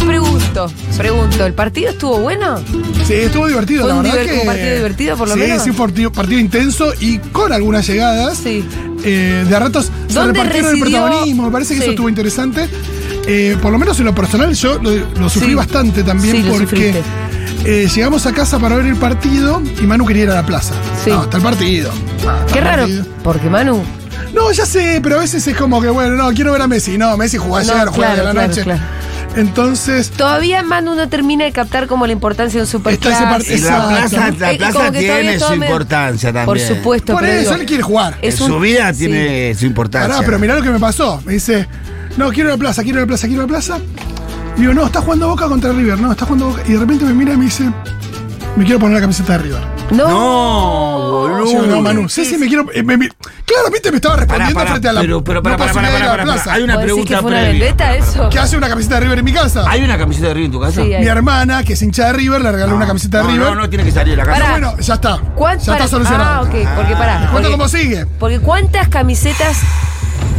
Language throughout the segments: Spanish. pregunto, pregunto, ¿el partido estuvo bueno? Sí, estuvo divertido, Fue la un verdad. diver- que- un partido divertido, por lo sí, menos. Sí, un partido, partido intenso y con algunas llegadas. Sí. Eh, de a ratos se ¿Dónde repartieron el residió- protagonismo. Me parece que Sí. eso estuvo interesante. Eh, por lo menos en lo personal, yo lo, lo sufrí Sí. bastante también Sí, lo porque sufriste. eh, llegamos a casa para ver el partido y Manu quería ir a la plaza. Sí. No, hasta el partido. Ah, hasta Qué el raro, partido. porque Manu, No, ya sé, pero a veces es como que, bueno, no, quiero ver a Messi. No, Messi jugó ayer, No, juega claro, de la claro, noche. claro. Entonces, todavía Manu no termina de captar como la importancia de un Está ese superclásico. partido. Y la Exacto. plaza, la Eh, plaza como que todavía tiene todo su medio- importancia también. Por supuesto, por pero eso digo, él quiere jugar. es su un- vida sí. tiene su importancia. Pará, pero mirá lo que me pasó. Me dice, no, quiero la plaza, quiero la plaza, quiero la plaza. Y digo, no, está jugando Boca contra River, no, está jugando Boca. Y de repente me mira y me dice, me quiero poner la camiseta de River. No, No, Y boludo. yo, no, Manu, sí, sí, me quiero... eh, me mi- claro, viste, me estaba Pará, respondiendo pará, frente a la... pero, pero, pará, no pará, pasó pará, ni idea pará, de la pará, plaza. Hay una ¿Vos decís que pregunta fue una previa. vendetta eso? ¿Qué hace una camiseta de River en mi casa? ¿Hay una camiseta de River en tu casa? Sí, hay. Mi hermana, que es hincha de River, le regaló una camiseta de no, River. No, no, tiene que salir de la casa. Pará. Bueno, ya está. Ya ¿Cuántas? está solucionado. Ah, ok, porque pará. Cuento Porque, cómo sigue. porque cuántas camisetas.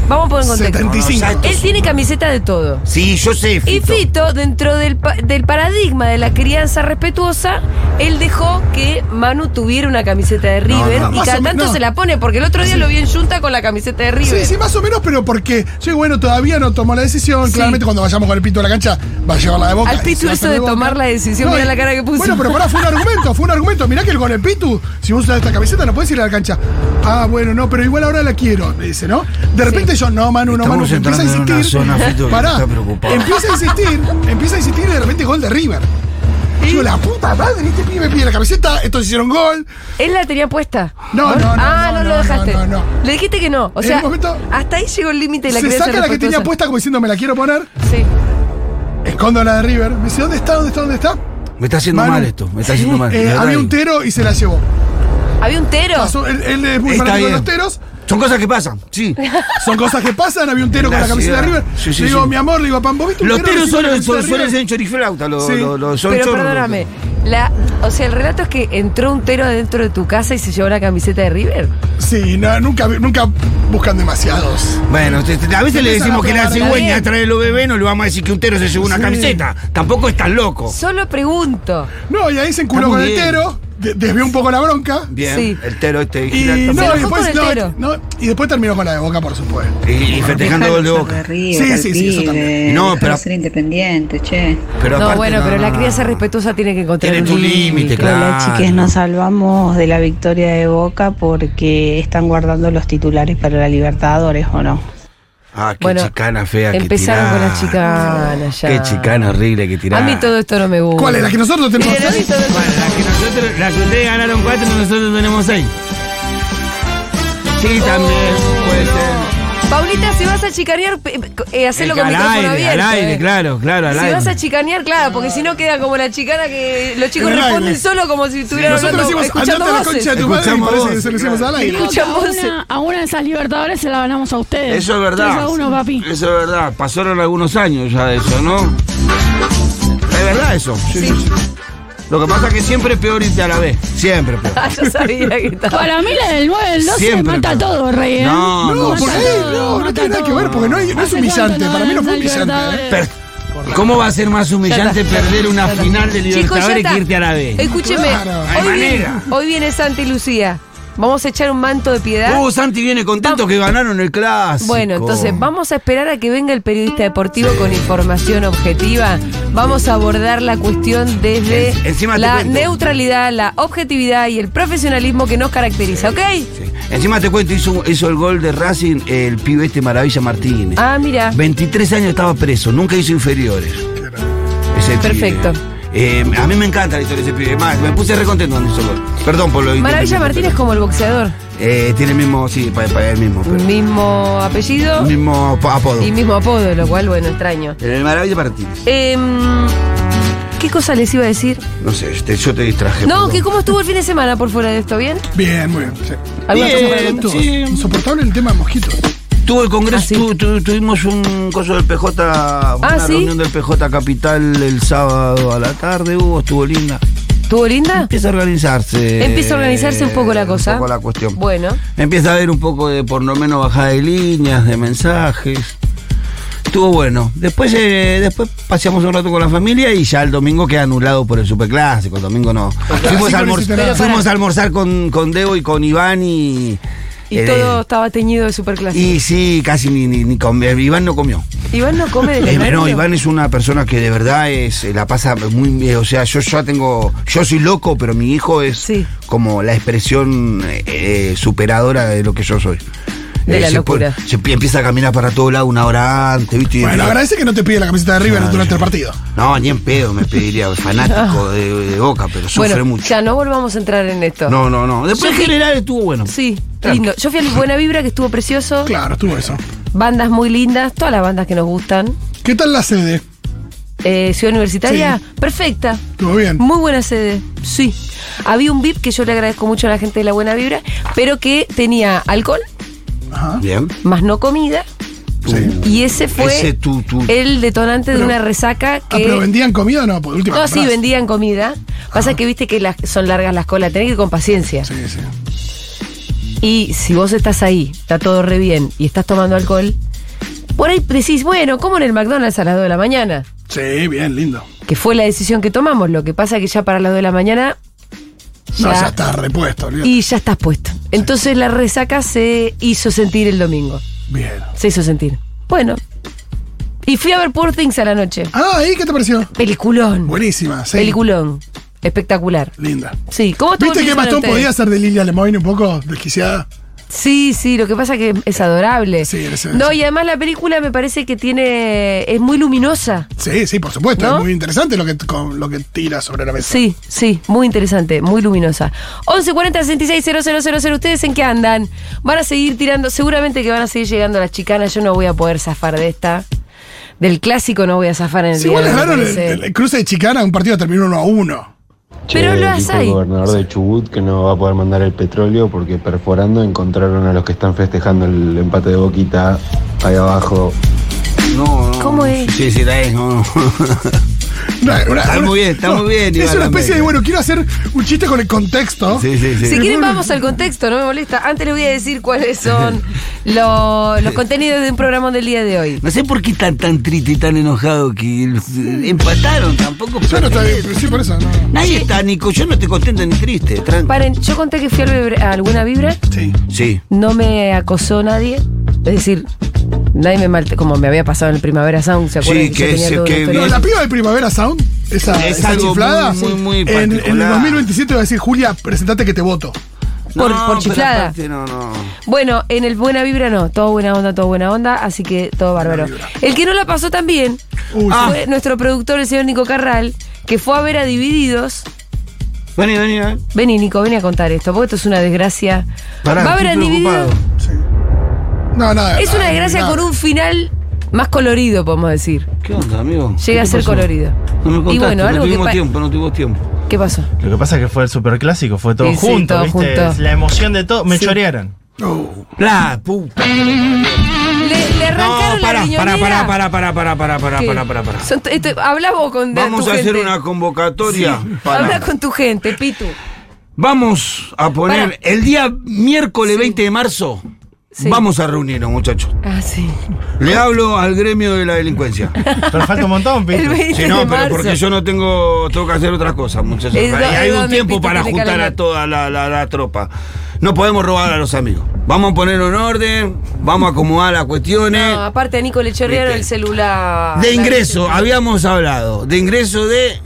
Vamos a poner en contexto. 75. No, no, Él tiene camiseta de todo. Sí, yo sé. Y Fito. Fito, dentro del, pa- del paradigma de la crianza respetuosa, él dejó que Manu tuviera una camiseta de River no, y más cada o me- tanto no. se la pone, porque el otro día lo vi en Junta con la camiseta de River. Sí, sí, más o menos, pero porque yo, bueno, todavía no tomó la decisión. Sí. Claramente, cuando vayamos con el pito a la cancha, va a llevar la de boca. Al Pitu y se va a eso hacer de Boca. tomar la decisión, mirá y- la cara que puso. Bueno, pero pará, fue un argumento, fue un argumento. Mirá que el con el pitu, si vos usas esta camiseta, no puedes ir a la cancha. Ah, bueno, no, pero igual ahora la quiero, me dice, ¿no? De repente yo, no, Manu, no, Manu, Estamos que empieza a entrando en una insistir. zona, Fito, que pará, está preocupado. empieza a insistir, empieza a insistir y de repente gol de River. Digo, la puta madre, este pibe me pide la camiseta, estos hicieron gol. Él la tenía puesta. No, ¿Vos? no, no, Ah, no, no, lo no, dejaste. no, no. Le dijiste que no. O En sea, un momento- hasta ahí llegó el límite de la Se crianza saca la que tenía respetuosa. puesta como diciendo, me la quiero poner. Sí. Escondo la de River. Me dice, ¿dónde está? ¿Dónde está? ¿Dónde está? Me está haciendo Manu. mal esto. Me está haciendo mal. Eh, la verdad. había un tero y se la llevó. Había un tero. Pasó- él, él es muy Está fanático de los bien. teros. Son cosas que pasan. Sí. Son cosas que pasan. Había un tero con la Gracias. camiseta de River. Sí, sí, le digo, sí. mi amor, le digo, Pam, ¿vos viste un Los tero teros así con la suelen, camiseta de suelen, River?" ser choriflauta. Los, Sí. los, los- son Pero chorros. perdóname, la, o sea, el relato es que entró un tero adentro de tu casa y se llevó la camiseta de River. Sí, no, nunca, nunca buscan demasiados. Bueno, te- te- a veces le decimos que la Está bien. cigüeña trae los bebés, no le vamos a decir que un tero se llevó una Sí. camiseta. Tampoco es tan loco. Solo pregunto. No, y ahí se enculó Está muy con el bien. tero. de- desvió un poco la bronca. Bien, Sí. el tero este Y, gira- Se no, enojó con y, después, el no, tero. no, y después terminó con la de Boca, por supuesto. y, y festejando gol de Déjalo boca. ser de River, Sí, al sí, sí, eso pibe, también. No, déjalo pero- ser independiente, che. Pero no, aparte, bueno, pero la no. crianza respetuosa tiene que encontrar Tiene tu un límite, claro. Hola chiques, nos salvamos de la victoria de Boca porque están guardando los titulares para la Libertadores, ¿o no? Ah, qué Bueno, chicana fea que Empezaron con tirás. las chicanas ya. Qué chicana horrible que tirás. A mí todo esto no me gusta. ¿Cuál es la que nosotros tenemos? Mira, a mí todo esto- Bueno, la que nosotros, la que ustedes ganaron cuatro, nosotros tenemos seis. Oh, Sí, también puede ser. Paulita, si vas a chicanear, pe- eh, hacelo con al micrófono aire, abierto. al aire, eh. claro, claro, al Si aire. vas a chicanear, claro, porque si no queda como la chicana que los chicos En el responden aire. solo como si estuvieran Nosotros hablando- decimos, escuchando andate a la voces. concha de tu madre y Escuchamos parece que voces, se lo decimos claro. al aire. Digo que a Escuchamos. una, a una de esas libertadores se la ganamos a ustedes. Eso es verdad. 3 a 1, papi. Eso es verdad. Pasaron algunos años ya de eso, ¿no? Es verdad eso. Sí, sí, sí. Lo que pasa es que siempre es peor irte a la vez. Siempre peor. Ah, yo sabía que estaba. Para mí la del 9 del 12 Siempre, mata pero- todo, Rey. ¿eh? No, no, Ah, No, Mata por ahí, no, no mata tiene nada que todo. ver, porque no, hay- no es ¿Hace humillante. cuánto Para mí no fue ganan las humillante. ¿eh? Libertadores? Per- ¿Cómo va a ser más humillante perder una final de Chicos, ya está. Libertadores ¿Eh? que irte a la vez? Escúcheme, Claro. Hay hoy, viene, manera. hoy viene Santa y Lucía. Vamos a echar un manto de piedad. Uh, Santi viene contento que ganaron el clásico. Bueno, entonces vamos a esperar a que venga el periodista deportivo con información objetiva. Vamos a abordar la cuestión desde En- encima te la cuento. neutralidad, la objetividad y el profesionalismo que nos caracteriza, ¿ok? Sí. Encima te cuento, hizo, hizo el gol de Racing el pibe este Maravilla Martínez. Ah, mira. 23 años estaba preso, nunca hizo inferiores. eh. Ese pibe. Perfecto. Eh, a mí me encanta la historia de ese pibe. Más, me puse recontento cuando hizo el gol. Perdón por lo Maravilla Martínez como el boxeador. Eh, tiene el mismo, sí, para el mismo, pero- Mismo apellido mismo ap- apodo. y mismo apodo, lo cual, bueno, extraño. El Maravilla Martínez. Em, ¿Qué cosa les iba a decir? No sé, este, yo te distraje. No, perdón. que cómo estuvo el fin de semana por fuera de esto, ¿bien? Bien, muy bien. sí. ¿Alguna cosa para Bien, contar? eh. sí. Insoportable el tema de mosquitos. Tuvo el congreso, Ah, sí. Ah, tu- tu- tuvimos un coso del PJ, una ¿sí? reunión del PJ Capital el sábado a la tarde, hubo, estuvo linda. ¿Estuvo linda? Empieza a organizarse. Empieza a organizarse un poco la cosa. Un poco la cuestión. Bueno. Empieza a haber un poco de por lo menos bajada de líneas, de mensajes. Estuvo bueno. Después, eh, después paseamos un rato con la familia y ya el domingo queda anulado por el superclásico. El domingo no. Fuimos, a, Clásico almor- necesita nada. fuimos a almorzar con, con Debo y con Iván y. Y eh, todo estaba teñido de superclásico. Y sí, casi ni, ni, ni comió. Iván no comió. Iván no come Eh, de no, Iván es una persona que de verdad es eh, la pasa muy bien. O sea, yo ya tengo. Yo soy loco, pero mi hijo es Sí. como la expresión eh, eh, superadora de lo que yo soy. Eh, De la se locura. pone- se pi- empieza a caminar para todo lado una hora antes, ¿viste? Y- Bueno, agradece que no te pide la camiseta de River Claro. durante el partido. No, ni en pedo me pediría fanático de, de boca, pero sufre Bueno, mucho. ya no volvamos a entrar en esto. No, no, no. Después en general estuvo bueno. Sí, Tranqui. lindo. Yo fui al Buena Vibra, que estuvo precioso. Claro, estuvo eso. Bandas muy lindas, todas las bandas que nos gustan. ¿Qué tal la sede? Eh, Ciudad Universitaria, perfecta. Estuvo bien. Muy buena sede, sí. Había un VIP que yo le agradezco mucho a la gente de la Buena Vibra, pero que tenía alcohol, Ajá. Bien. más no comida, Sí. y ese fue Ese tú, tú. el detonante de una resaca Ah, pero que... vendían comida o no, por último. no, Ah, sí, vendían comida. Pasa Ah. que viste que las, son largas las colas, tenés que ir con paciencia. Sí, sí. Y si vos estás ahí, está todo re bien, y estás tomando alcohol, por ahí decís, bueno, como en el McDonald's a las 2 de la mañana, Sí, bien, lindo. que fue la decisión que tomamos. Lo que pasa que ya para las 2 de la mañana No, Ya. ya está repuesto, olvídate. y ya estás puesto. Entonces la resaca se hizo sentir el domingo. Bien. Se hizo sentir. Bueno. Y fui a ver Poor Things a la noche. Ah, ¿y qué te pareció? Peliculón. Buenísima, sí. Peliculón. Espectacular. Linda. Sí, ¿cómo estuvo el ¿Viste fin que de semana Bastón ustedes? podía ser de Lilia Lemoyne un poco desquiciada? Sí, sí, lo que pasa que es adorable. Sí, es- No, y además la película me parece que tiene. es muy luminosa. Sí, sí, por supuesto. ¿No? Es muy interesante lo que, con- lo que tira sobre la mesa. Sí, sí, muy interesante, muy luminosa. 1140-660000, ¿ustedes en qué andan? Van a seguir tirando, seguramente que van a seguir llegando las chicanas, yo no voy a poder zafar de esta. Del clásico no voy a zafar en el Sí, día igual de eh. es hoy, raro me el, parece. el cruce de Chicana, un partido terminó 1 a 1. Pero lo dijo hay. el gobernador de Chubut que no va a poder mandar el petróleo porque perforando encontraron a los que están festejando el empate de Boquita ahí abajo. No, no. ¿Cómo es? Sí, sí, la es. No, no. Está muy bien, está muy Es bien, Iván una especie América. de, bueno, quiero hacer un chiste con el contexto. Sí, sí, sí. Si quieren vamos al contexto, no me molesta. Antes les voy a decir cuáles son lo- los contenidos de un programa del día de hoy. No sé por qué están tan triste y tan enojado que eh, empataron tampoco. Yo no está bien, pero sí, por eso no. Nadie está, Nico. Yo no estoy contento ni triste. tran- Paren, yo conté que fui al vibra- a alguna vibra, Sí. Sí. no me acosó nadie. Es decir, nadie me malte, como me había pasado en el Primavera Sound, ¿se acuerdan? Sí, que yo tenía ese- todo un que- historial? No, la piba de Primavera Sound, esa, Es esa algo chiflada, muy, muy, muy en- en, el particular. 2027 va a decir, Julia, presentate que te voto. Por- por pero chiflada. aparte, no, no. Bueno, en el Buena Vibra no, todo buena onda, todo buena onda, así que todo bárbaro. Vibra. El que no la pasó tan bien Uy, Ah. fue nuestro productor, el señor Nico Carral, que fue a ver a Divididos. Vení, vení, eh. vení. Vení, Nico, vení a contar esto, porque esto es una desgracia. Pará, Va a ver a estoy preocupado. Divididos. sí. No, nada. Es una nada, desgracia nada. con un final más colorido, podemos decir. ¿Qué onda, amigo? ¿Qué Llega a te ser pasó? colorido. No me contaste, y bueno, no algo que. tuvimos pa- tiempo, no tuvimos tiempo. ¿Qué pasó? Lo que pasa es que fue el superclásico, fue todo Sí, sí, junto, todo ¿viste? junto. Es La emoción de todo. Me Sí. chorearon. Oh, La puta. Le, le arrancaron No, pará, la riñonera. pará, pará, pará, pará, pará, pará, pará, ¿Qué? pará, pará, pará. Son- esto- habla vos con de- Vamos tu a hacer gente. una convocatoria. Habla para- con tu gente, Pitu. Vamos a poner el día miércoles 20 de marzo. Sí. Vamos a reunirnos, muchachos. Ah, sí. Le hablo al gremio de la delincuencia. Pero falta un montón, El Pitu. 20 Sí, de no, pero marzo. porque yo no tengo. Tengo que hacer otras cosas, muchachos. Es Y do- hay es un donde tiempo Pitu para tiene juntar calendario. a toda la, la- la tropa. No podemos robar a los amigos. Vamos a poner en orden, vamos a acomodar las cuestiones. No, aparte a Nico le chorrearon Eh, Viste. el celular. de La ingreso, noche. habíamos hablado, de ingreso de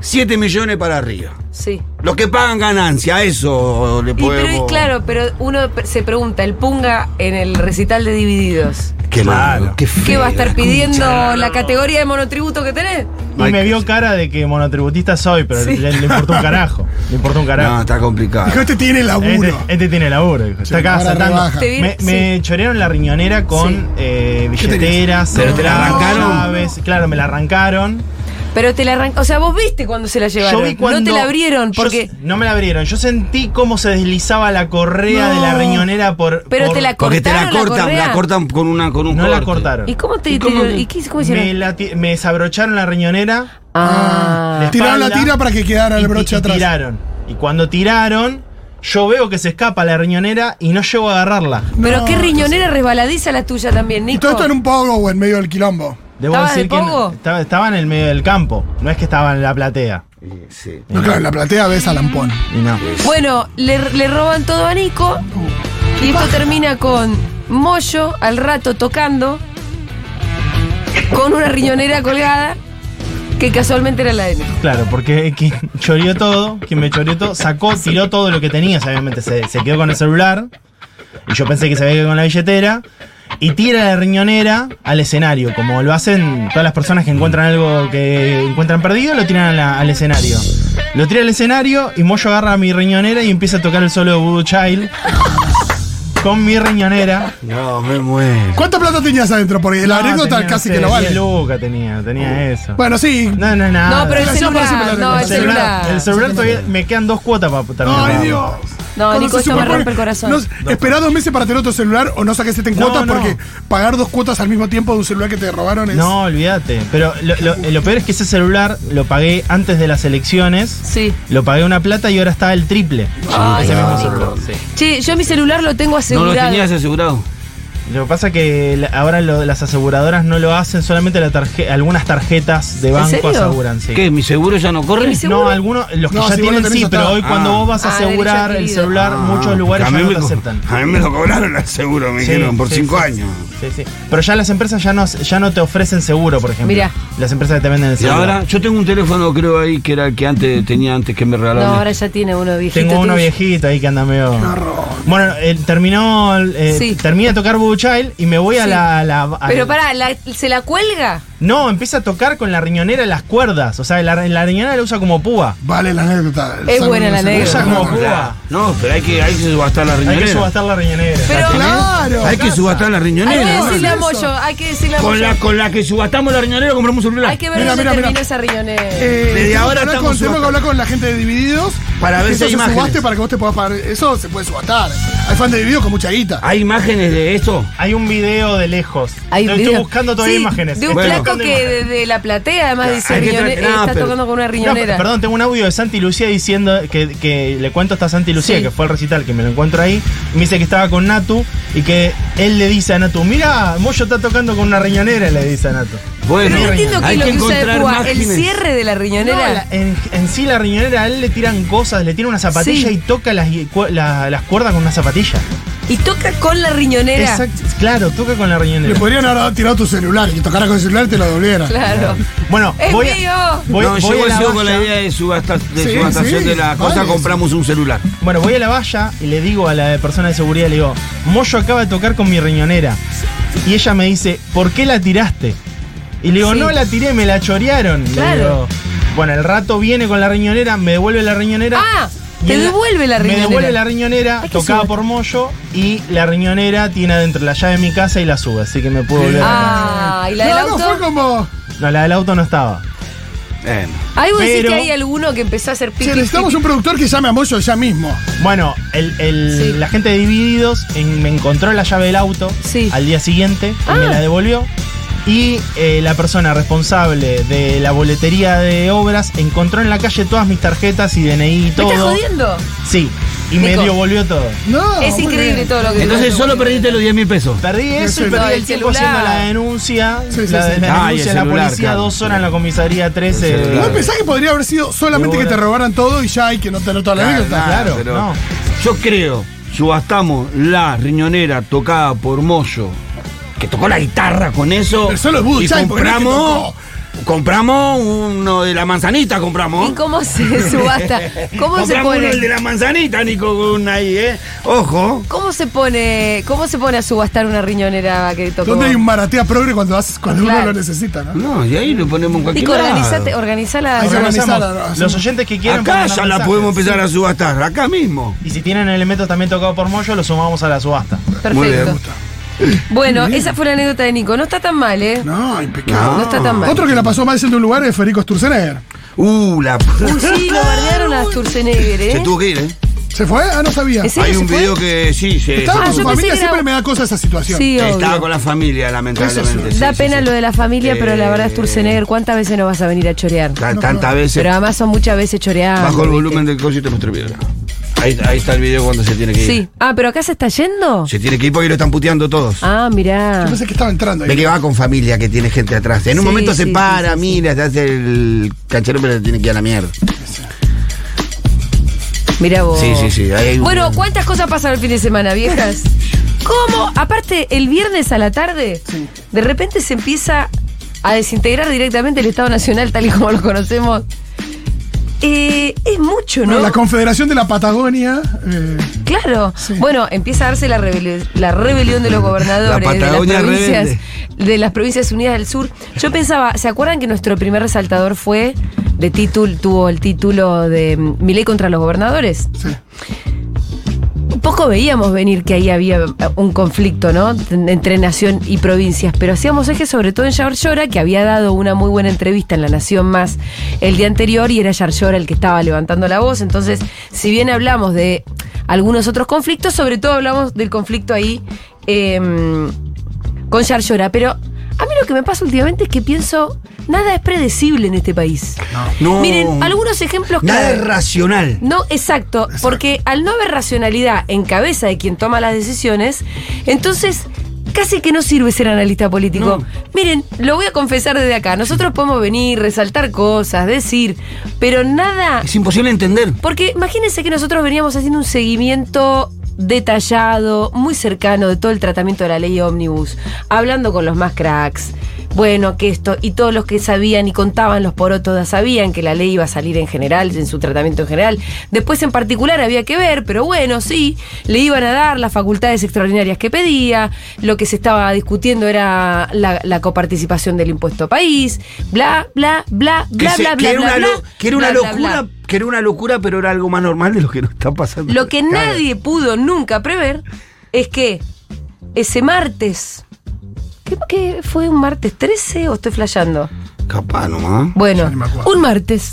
7 millones para arriba. Sí. Los que pagan ganancia, eso le Y, pero y podemos. claro, pero uno per- se pregunta, el Punga en el recital de Divididos, Qué malo, qué ¿qué feo, va a estar la pidiendo concha de la la categoría de monotributo que tenés? Y me vio cara de que monotributista soy, pero le, le importó un carajo. Le importó un No, carajo. está complicado. Dijo, este tiene Este, laburo. este tiene laburo, dijo. Está acá ahora rebaja. saltando. Te vi- Me, me chorearon la riñonera con Sí. eh, billeteras. ¿Pero te la cerradas, arrancaron? llaves. Claro, me la arrancaron. Pero te la arrancó, o sea, vos viste cuando se la llevaron. Yo vi cuando- no te la abrieron yo porque... se- no me la abrieron. Yo sentí cómo se deslizaba la correa de la riñonera por. Pero por- te la Porque te la ¿Cortaron la cortan, la, correa? cortan con una con un No la corte. cortaron. ¿Y cómo te, ¿Y te- cómo que- y qué- cómo me, hicieron? la ti- me desabrocharon la riñonera. Ah, la Tiraron la espalda tira para que quedara y el ti- broche y atrás. Tiraron. Y cuando tiraron, Yo veo que se escapa la riñonera y no llego a agarrarla. Pero No, qué riñonera resbaladiza la tuya también, Nico. Y todo esto en un pogo en medio del quilombo. Debo ¿Estaba de decir que pogo? no- estaba, estaba en el medio del campo, no es que estaba en la platea. Eh, Sí. No, claro, en la platea ves a Lampón. Y no. Bueno, le, le roban todo a Nico. Y esto termina con Moyo al rato tocando con una riñonera colgada que casualmente era la de Nico. Claro, porque quien choreó todo, quien me choreó todo, sacó, tiró todo lo que tenía, obviamente se, se quedó con el celular. Y yo pensé que se había quedado con la billetera. Y tira la riñonera al escenario, como lo hacen todas las personas que encuentran algo que encuentran perdido, lo tiran a la- al escenario. Lo tira al escenario y Moyo agarra mi riñonera y empieza a tocar el solo de Voodoo Child con mi riñonera. No, me muero. ¿Cuánta plata tenías adentro? Porque la No, anécdota tenía, no casi sé, que lo 10 vale. lucas tenía, tenía eso. Bueno, sí. No, Ah, no, nada. No, pero el Pero si no parece celular. pelota, Ah, No, el el celular. El celular todavía me quedan dos cuotas para terminar. Ay, Dios. No, Cuando Nico, se esto me superpone- rompe el corazón. No, esperá dos meses para tener otro celular o no saques este en No, cuotas no. porque pagar dos cuotas al mismo tiempo de un celular que te robaron es. No, olvídate. Pero lo, lo- lo peor es que ese celular lo pagué antes de las elecciones. Sí. Lo pagué una plata y ahora está el triple. Ay, ese mismo Nico. celular. sí. Che, yo mi celular lo tengo No lo asegurado. tenías asegurado. Lo que pasa es que la- ahora lo- las aseguradoras no lo hacen, solamente la tarje- algunas tarjetas de banco serio? aseguran. Sí. ¿Qué? ¿Mi seguro ya no corre? ¿Mi seguro? No, algunos, los que No, ya si vos lo tienen tenés sí, atado. pero hoy cuando Ah. vos vas a Ah, derecho asegurar el adquirido. celular, Ah, muchos lugares porque a mí ya no me te co- aceptan. A mí me lo cobraron el seguro, me Sí, dijeron, por sí, cinco sí. años. Sí, sí. Pero ya las empresas ya no, ya no te ofrecen seguro, por ejemplo. Mirá. Las empresas que te venden el Y seguro. ahora, yo tengo un teléfono, creo ahí, que era el que antes tenía antes que me No, regalaron. ahora ya tiene uno viejito. Tengo uno tuyo. viejito ahí que anda medio. Bueno, eh, terminó. eh, Sí. Termina de tocar Boo Child y me voy a Sí. la. a la- a- Pero pará, ¿la- ¿se la cuelga? No, empieza a tocar con la riñonera las cuerdas. O sea, la, la riñonera la usa como púa. Vale la anécdota. Es Salvo buena que la no se anécdota. Usa muera. como púa. Ah, No, pero hay que, hay que subastar la Hay riñonera. que subastar la riñonera. Pero Claro. Hay que subastar la hay riñonera. que hermano. decirle a Moyo, hay que decirle a Con Moyo. la, con la que subastamos la riñonera compramos un celular. Hay que ver Mira, dónde mira, terminó mira. esa riñonera. Eh, Desde tengo ahora que hablar estamos con, tengo que subastando. hablar con la gente de Divididos Para ver eso si hay se imágenes. subaste para que vos te puedas pagar. Eso se puede subastar. Hay fan de Divididos con mucha guita. ¿Hay imágenes de esto? Hay un video de lejos. Hay Yo un estoy video- buscando todavía Sí, imágenes. De un Estoy Bueno. flaco buscando que imágenes. de, de la platea además dice hay que riñone- tra- no, está pero- tocando con una No, riñonera. perdón, tengo un audio de Santi Lucía diciendo que, que le cuento hasta Santi Lucía, Sí. que fue al recital, que me lo encuentro ahí. y Me dice que estaba con Natu y que él le dice a Natu: Mira, Moyo está tocando con una riñonera, le dice a Natu. Bueno, Pero no entiendo qué hay es lo que usa de encontrar Cuba. El imágenes. cierre de la riñonera. No, la- en, en sí la riñonera, a él le tiran cosas, le tira una zapatilla Sí. y toca las, y- cu- la- las cuerdas con una zapatilla. Y toca con la riñonera. Exacto, claro, toca con la Le riñonera. podrían haber tirado tu celular, que tocara con el celular y te lo devolviera. Claro. Bueno, ¡Es voy, mío! a- voy, no, voy llegó a la yo con valla. la idea de, subasta- de Sí, subastación sí, de la cosa, vale. compramos un celular. Bueno, voy a la valla y le digo a la persona de seguridad, le digo, Moyo acaba de tocar con mi riñonera. Y ella me dice, ¿por qué la tiraste? Y le digo, Sí. no la tiré, me la chorearon. Le Claro. digo, bueno, el rato viene con la riñonera, me devuelve la riñonera. Ah, Y te él- devuelve la riñonera. Me devuelve la riñonera, Ay, qué tocada suerte. por Moyo, y la riñonera tiene adentro la llave de mi casa y la sube, así que me puedo volver. a la casa. Ah, y la no, del no, auto. fue como. No, la del auto no estaba. Eh, Ahí vos decís Pero- que hay alguno que empezó a hacer piqui. Che, necesitamos un productor que llame a Moyo ya mismo. Bueno, el, el- Sí. la gente de Divididos en- me encontró la llave del auto Sí. al día siguiente y Ah. me la devolvió. Y eh, la persona responsable de la boletería de obras encontró en la calle todas mis tarjetas y DNI y ¿Me todo. estás jodiendo? Sí, y me Nico. devolvió todo. No. es muy increíble bien. todo lo que Entonces solo perdiste los 10 mil pesos. Perdí eso y sé. perdí No, el el tiempo celular. haciendo la denuncia. Sí, sí, la, sí. la Ah, y el denuncia en la celular, policía, claro. dos horas en la comisaría 13. El celular. ¿No pensás que podría haber sido solamente que Seguro. te robaran todo y ya hay que no tener toda la Claro, anécdota? nada, claro, pero no. Yo creo, subastamos la riñonera tocada por Moyo, que tocó la guitarra con eso. Pero solo es Voodoo y Child, porque no es que compramos, compramos uno de la manzanita, compramos. ¿Y cómo se subasta? ¿Cómo se compramos uno el de pone? la manzanita, Nico, con una ahí, ¿eh? Ojo. ¿Cómo se pone? ¿Cómo se pone a subastar una riñonera que tocó? ¿Dónde hay un maratea progre cuando, haces- cuando uno Claro. lo necesita, no? No, y ahí lo ponemos en cualquier Nico, lado. organizate, organizá la. Hay que Organizamos. organizarla, hacemos- Los oyentes que quieran. Acá pueden ya mandar la mensajes. podemos empezar Sí. a subastar, acá mismo. Y si tienen elementos también tocados por Moyo, los sumamos a la subasta. Muy bien. Perfecto. Bueno, esa fue la anécdota de Nico. No está tan mal, ¿eh? No, impecable. No está tan mal. Otro que la pasó mal siendo un lugar es Federico Sturzenegger. Uh, la Uy, sí, lo bardearon a Sturzenegger, Se ¿eh? tuvo que ir, ¿eh? ¿Se fue? Ah, no sabía. ¿En serio Hay se un fue? video que sí, se, Estaba Ah, con yo su pensé familia, que era- siempre me da cosa esa situación. Sí, Estaba obvio. con la familia, lamentablemente. Da sí, sí, pena sí. lo de la familia, pero la verdad, Eh, Sturzenegger, ¿cuántas veces no vas a venir a chorear? ta- Tantas veces. Pero además son muchas veces choreando. Bajo el ¿viste? volumen del coche y te muestro el video. Ahí, ahí está el video cuando se tiene que ir. Sí. Ah, pero acá se está yendo. Se tiene que ir porque lo están puteando todos. Ah, mirá. Yo pensé que estaba entrando Ve ahí. que va con familia, que tiene gente atrás. En un Sí, momento se sí, sí, para, sí, mira, se hace el cancherón, pero se tiene que ir a la mierda. Mirá vos. Sí, sí, sí. ahí hay un- Oh. Bueno, ¿cuántas cosas pasan el fin de semana, viejas? ¿Cómo? Aparte, el viernes a la tarde, de repente se empieza a desintegrar directamente el Estado Nacional tal y como lo conocemos. Eh, es mucho, ¿no? Bueno, la Confederación de la Patagonia. eh, Claro. Sí. Bueno, empieza a darse la, rebeli- la rebelión de los gobernadores La de las Patagonia provincias de las provincias unidas del sur. Yo pensaba, ¿se acuerdan que nuestro primer resaltador fue de título tuvo el título de mm, Milei contra los gobernadores? sí. Un poco veíamos venir que ahí había eh, un conflicto, ¿no? Entre nación y provincias, pero hacíamos eje sobre todo en Yarlora, que había dado una muy buena entrevista en La Nación Más el día anterior y era Yarlora el que estaba levantando la voz. Entonces, si bien hablamos de algunos otros conflictos, sobre todo hablamos del conflicto ahí em, con Yarlora. Pero a mí lo que me pasa últimamente es que pienso, nada es predecible en este país. No. Miren, algunos ejemplos Nada es clave. racional. No, exacto, porque al no haber racionalidad en cabeza de quien toma las decisiones, entonces casi que no sirve ser analista político. Miren, lo voy a confesar desde acá, nosotros podemos venir, resaltar cosas, decir, pero nada... Es imposible entender. Porque imagínense que nosotros veníamos haciendo un seguimiento detallado, muy cercano de todo el tratamiento de la ley ómnibus, hablando con los más cracks. Bueno, que esto, y todos los que sabían y contaban los porotos ya sabían que la ley iba a salir en general, en su tratamiento en general. Después en particular había que ver, pero bueno, sí, le iban a dar las facultades extraordinarias que pedía, lo que se estaba discutiendo era la, la coparticipación del impuesto país, bla, bla, bla, Que, bla, se- bla, que bla, era bla, una, bla, lo- que era una bla, bla, locura, bla. que era una locura, pero era algo más normal de lo que nos está pasando. Lo que Claro. nadie pudo nunca prever es que ese martes. ¿Qué, qué fue un martes 13 o estoy flayando? Capaz nomás. Bueno, ni me acuerdo. un martes.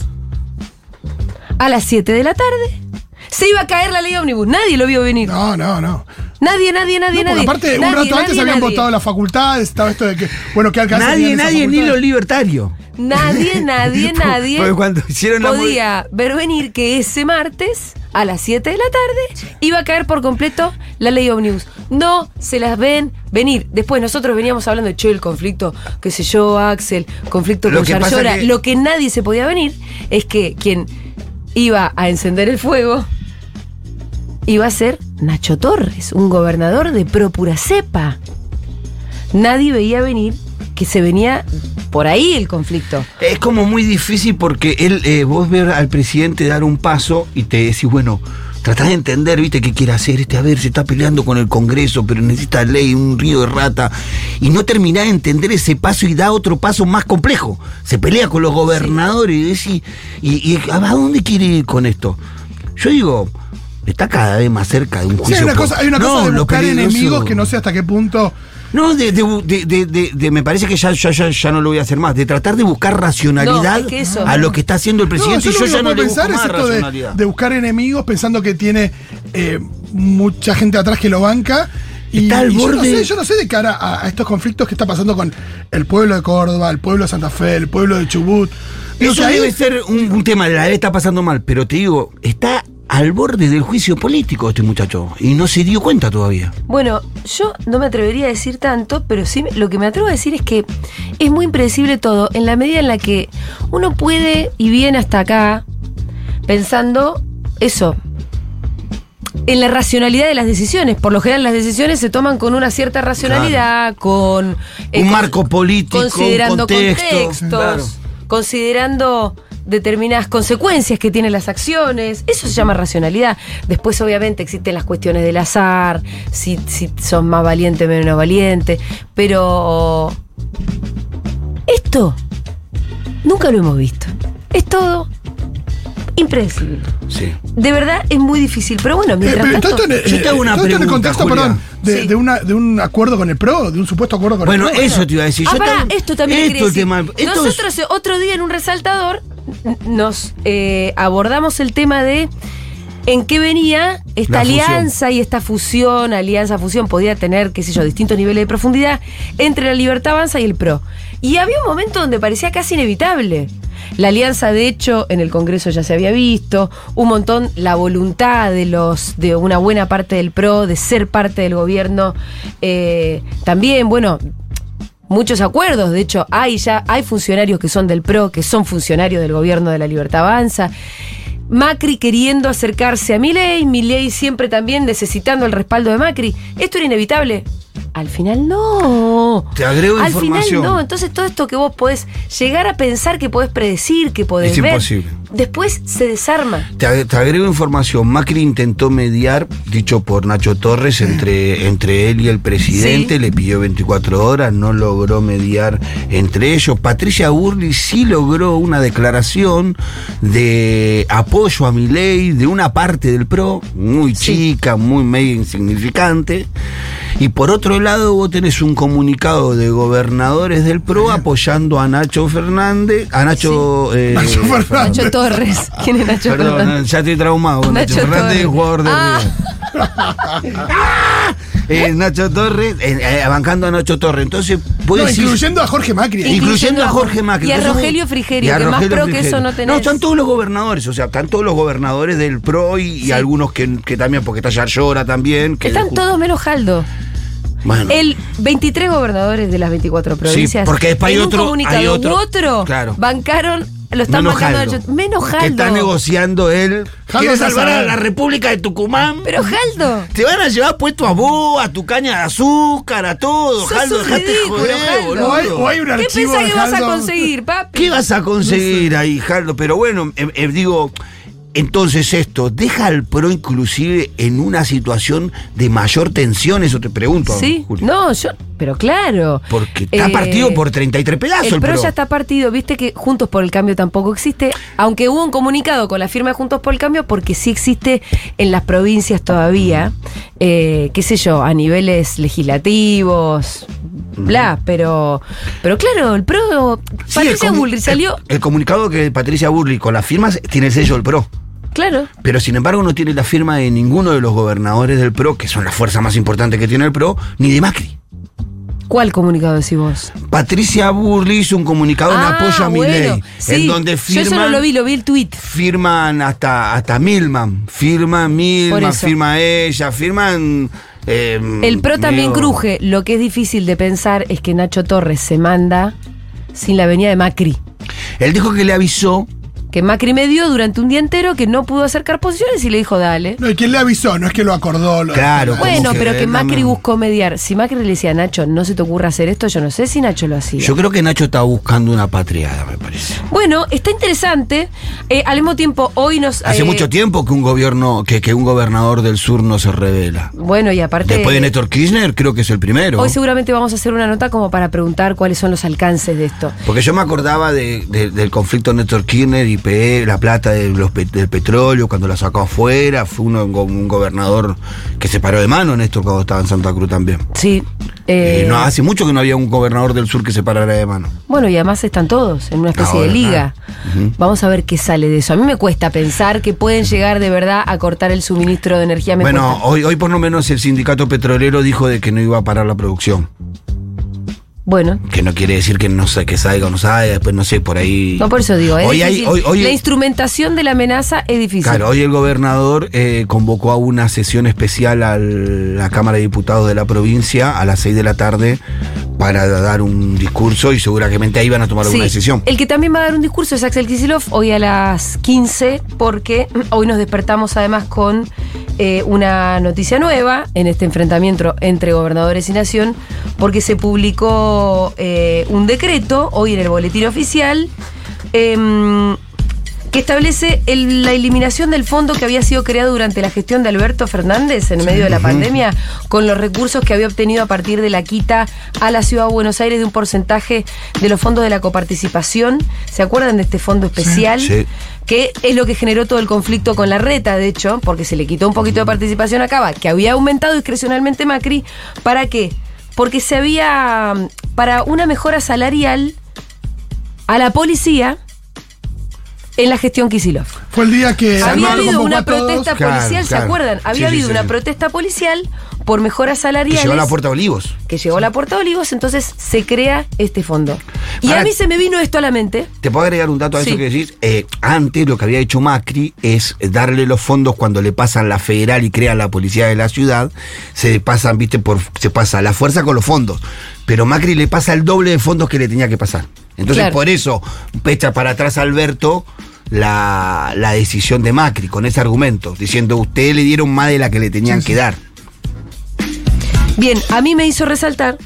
A las 7 de la tarde. Se iba a caer la ley ómnibus. Nadie lo vio venir. No, no, no. Nadie, nadie, nadie, No, porque nadie. aparte, un Nadie, rato antes nadie, habían nadie. votado las facultades, estaba esto de que, bueno, que alcance. Nadie, nadie, ni los libertarios. Nadie, nadie, nadie. Porque cuando hicieron la podía ver venir que ese martes a las 7 de la tarde iba a caer por completo la ley Omnibus. No se las ven venir. Después nosotros veníamos hablando de che, el conflicto, qué sé yo, Axel, conflicto Lo con que pasa Yarlora. que- Lo que nadie se podía venir es que quien iba a encender el fuego iba a ser Nacho Torres, un gobernador de Propura Cepa. Nadie veía venir que se venía por ahí el conflicto. Es como muy difícil porque él, eh, vos ver al presidente dar un paso y te decís, bueno, tratás de entender, viste, qué quiere hacer este, a ver, se está peleando con el Congreso, pero necesita ley, un río de rata, y no terminás de entender ese paso y da otro paso más complejo. Se pelea con los gobernadores y decís, y, y, ¿a dónde quiere ir con esto? Yo digo, está cada vez más cerca de un Sí, juicio. hay una por- cosa, hay una cosa de lo buscar peligroso- enemigos que no sé hasta qué punto. no, de, de bu- de- de- de- de- me parece que ya, ya, ya, ya no lo voy a hacer más. De tratar de buscar racionalidad No, es que eso. ¿eh? a lo que está haciendo el presidente. no, y yo ya lo único que no puedo le busco pensar es más esto de, racionalidad. de buscar enemigos pensando que tiene eh, mucha gente atrás que lo banca. Y, Está al y yo, no borde. sé, yo no sé de cara a, a estos conflictos que está pasando con el pueblo de Córdoba, el pueblo de Santa Fe, el pueblo de Chubut. Digo Eso que ahí- Eh, debe ser un, un tema. La ley está pasando mal, pero te digo, está al borde del juicio político este muchacho. Y no se dio cuenta todavía. Bueno, yo no me atrevería a decir tanto, pero sí me- lo que me atrevo a decir es que es muy impredecible todo, en la medida en la que uno puede y viene hasta acá pensando eso, en la racionalidad de las decisiones. Por lo general las decisiones se toman con una cierta racionalidad, con... eh, un con- marco político, considerando un contexto. contextos, Claro. considerando determinadas consecuencias que tienen las acciones, eso se llama racionalidad. Después obviamente existen las cuestiones del azar, si, si son más valiente, menos valiente, pero esto nunca lo hemos visto. Es todo impredecible. Sí. De verdad es muy difícil, pero bueno, Eh, mientras pero todo tanto, esto en, el- Yo te hago una todo esto en el pregunta, contexto, Julia. perdón, de, Sí. de una- de un acuerdo con el PRO, de un supuesto acuerdo con Bueno, el PRO. eso te iba a decir. Ah, Yo pará, tam- esto también esto quería el decir. tema- esto es- Nosotros eh, otro día en un resaltador n- nos eh, abordamos el tema de en qué venía esta La fusión. alianza y esta fusión, alianza, fusión, podía tener, qué sé yo, distintos niveles de profundidad entre la Libertad Avanza y el PRO. Y había un momento donde parecía casi inevitable. La alianza, de hecho, en el Congreso ya se había visto, un montón la voluntad de los, de una buena parte del PRO, de ser parte del gobierno, eh, también, bueno, muchos acuerdos. De hecho, hay ya hay funcionarios que son del PRO, que son funcionarios del gobierno de la Libertad Avanza. Macri queriendo acercarse a Milei, Milei siempre también necesitando el respaldo de Macri. ¿Esto era inevitable? Al final no. Te agrego Al información. final no. Entonces todo esto que vos podés llegar a pensar que podés predecir, que podés Es ver, imposible. después se desarma. Te, ag- te agrego información. Macri intentó mediar, dicho por Nacho Torres, entre, entre él y el presidente. Sí. Le pidió 24 horas, no logró mediar entre ellos. Patricia Burley sí logró una declaración de apoyo a Milei de una parte del PRO, muy chica, muy medio insignificante. Y por otro lado, vos tenés un comunicado de gobernadores del PRO apoyando a Nacho Fernández, a Nacho, eh, Nacho Fernández. Nacho Torres. ¿Quién es Nacho Perdón, eh, Fernández? ya estoy traumado. con Nacho, Nacho Fernández Torres. jugador de Ah. River. Ah, eh, Nacho Torres, eh, eh, bancando a Nacho Torres. Entonces, voy No, a decir- incluyendo a Jorge Macri. Y- incluyendo a Jorge Macri. Y a Entonces, Rogelio Frigerio, y a que más Rogelio pro que eso no tenés. están todos los gobernadores, o sea, están todos los gobernadores del PRO y, y algunos que, que también, porque está Yarlora también. Que Están todos menos Jaldo. Bueno. El 23 gobernadores de las 24 provincias. porque después hay en un otro- comunicado hay otro- u otro claro. bancaron, lo están menos bancando Jaldo, a- menos Jaldo. Que está negociando él. Jaldo Quiere está salvar a salvado. la República de Tucumán. Pero Jaldo. Te van a llevar puesto a vos, a tu caña de azúcar, a todo. Sos Jaldo, un dejate ridículo, joder, Jaldo. boludo. O hay, o hay un ¿Qué archivo. pensás de que vas a Haldo. conseguir, papi? ¿Qué vas a conseguir ahí, Jaldo? Pero bueno, eh, eh, digo, entonces esto, ¿deja al PRO inclusive en una situación de mayor tensión? Eso te pregunto, Sí, Julio. no, yo, pero claro. Porque está Eh, partido por 33 pedazos el, El PRO ya está partido, viste que Juntos por el Cambio tampoco existe, aunque hubo un comunicado con la firma de Juntos por el Cambio, porque sí existe en las provincias todavía, eh, qué sé yo, a niveles legislativos, bla, pero, pero claro, el PRO, Sí, el Patricia comu- Bullrich salió, El, el comunicado que Patricia Burley con las firmas tiene el sello del PRO. claro, Pero sin embargo no tiene la firma de ninguno de los gobernadores del PRO, que son la fuerza más importante que tiene el PRO, ni de Macri. ¿cuál comunicado decís vos? Patricia Burley hizo un comunicado en Ah, apoyo a mi bueno, sí, en donde Yo firman, eso no lo vi, lo vi el tweet. firman hasta, hasta Milman, firma Por Milman, eso. firma ella, firman... eh, El PRO también medio- cruje, lo que es difícil de pensar es que Nacho Torres se manda sin la venida de Macri. Él dijo que le avisó, que Macri me dio durante un día entero que no pudo acercar posiciones y le dijo dale. No, y quien le avisó, no es que lo acordó. lo- claro. como Bueno, pero que él Macri también- buscó mediar. Si Macri le decía a Nacho, no se te ocurra hacer esto, yo no sé si Nacho lo hacía. Yo creo que Nacho está buscando una patriada, me parece. Bueno, está interesante. Eh, al mismo tiempo, hoy nos. Hace eh, mucho tiempo que un gobierno, que, que un gobernador del sur no se revela. Bueno, y aparte. Después de Néstor Kirchner, creo que es el primero. Hoy seguramente vamos a hacer una nota como para preguntar cuáles son los alcances de esto. Porque yo me acordaba de- de- del conflicto Néstor Kirchner y PE, la plata de los pe- del petróleo, cuando la sacó afuera, fue uno, go- un gobernador que se paró de mano Néstor cuando estaba en Santa Cruz también. Sí. Eh, eh, no, hace mucho que no había un gobernador del sur que se parara de mano. Bueno, y además están todos en una especie Ahora, de liga. claro. Ujú. Vamos a ver qué sale de eso. A mí me cuesta pensar que pueden llegar de verdad a cortar el suministro de energía. Me Bueno, cuesta. hoy, hoy por lo menos el sindicato petrolero dijo de que no iba a parar la producción. bueno, Que no quiere decir que no sé, que salga o no salga, después no sé, por ahí. No, por eso digo, ¿eh? es Hoy hay- difícil. hoy- hoy- la instrumentación de la amenaza es difícil. Claro, hoy el gobernador eh, convocó a una sesión especial a la Cámara de Diputados de la provincia a las 6 de la tarde para dar un discurso y seguramente ahí van a tomar Sí. alguna decisión. El que también va a dar un discurso es Axel Kisilov hoy a las 15, porque hoy nos despertamos además con eh, una noticia nueva en este enfrentamiento entre gobernadores y nación, porque se publicó eh, un decreto hoy en el boletín oficial. em, que establece el- la eliminación del fondo que había sido creado durante la gestión de Alberto Fernández en medio de la pandemia, con los recursos que había obtenido a partir de la quita a la ciudad de Buenos Aires de un porcentaje de los fondos de la coparticipación. ¿Se acuerdan de este fondo especial? Sí. Que es lo que generó todo el conflicto con la reta, de hecho, porque se le quitó un poquito de participación a Cava, que había aumentado discrecionalmente Macri. ¿Para qué? Porque se había. para una mejora salarial a la policía en la gestión Kisilov. Fue el día que Había Alberto habido convocó a una todos. protesta Claro, policial, ¿se claro. acuerdan? Sí, Había sí, habido sí, una sí. protesta policial por mejoras Que salariales llegó a la puerta de Olivos. que llegó a la Puerta de Olivos, entonces se crea este fondo. Y Pará. a mí se me vino esto a la mente. ¿Te puedo agregar un dato a eso Sí. que decís? Eh, antes lo que había hecho Macri es darle los fondos cuando le pasan la federal y crean la policía de la ciudad, se pasan, viste, por, se pasa la fuerza con los fondos. Pero Macri le pasa el doble de fondos que le tenía que pasar. Entonces, Claro. por eso, pecha para atrás Alberto la, la decisión de Macri con ese argumento, diciendo ustedes le dieron más de la que le tenían que dar. Bien, a mí me hizo resaltar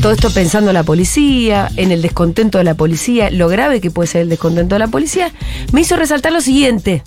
todo esto pensando en la policía, en el descontento de la policía, lo grave que puede ser el descontento de la policía, me hizo resaltar lo siguiente.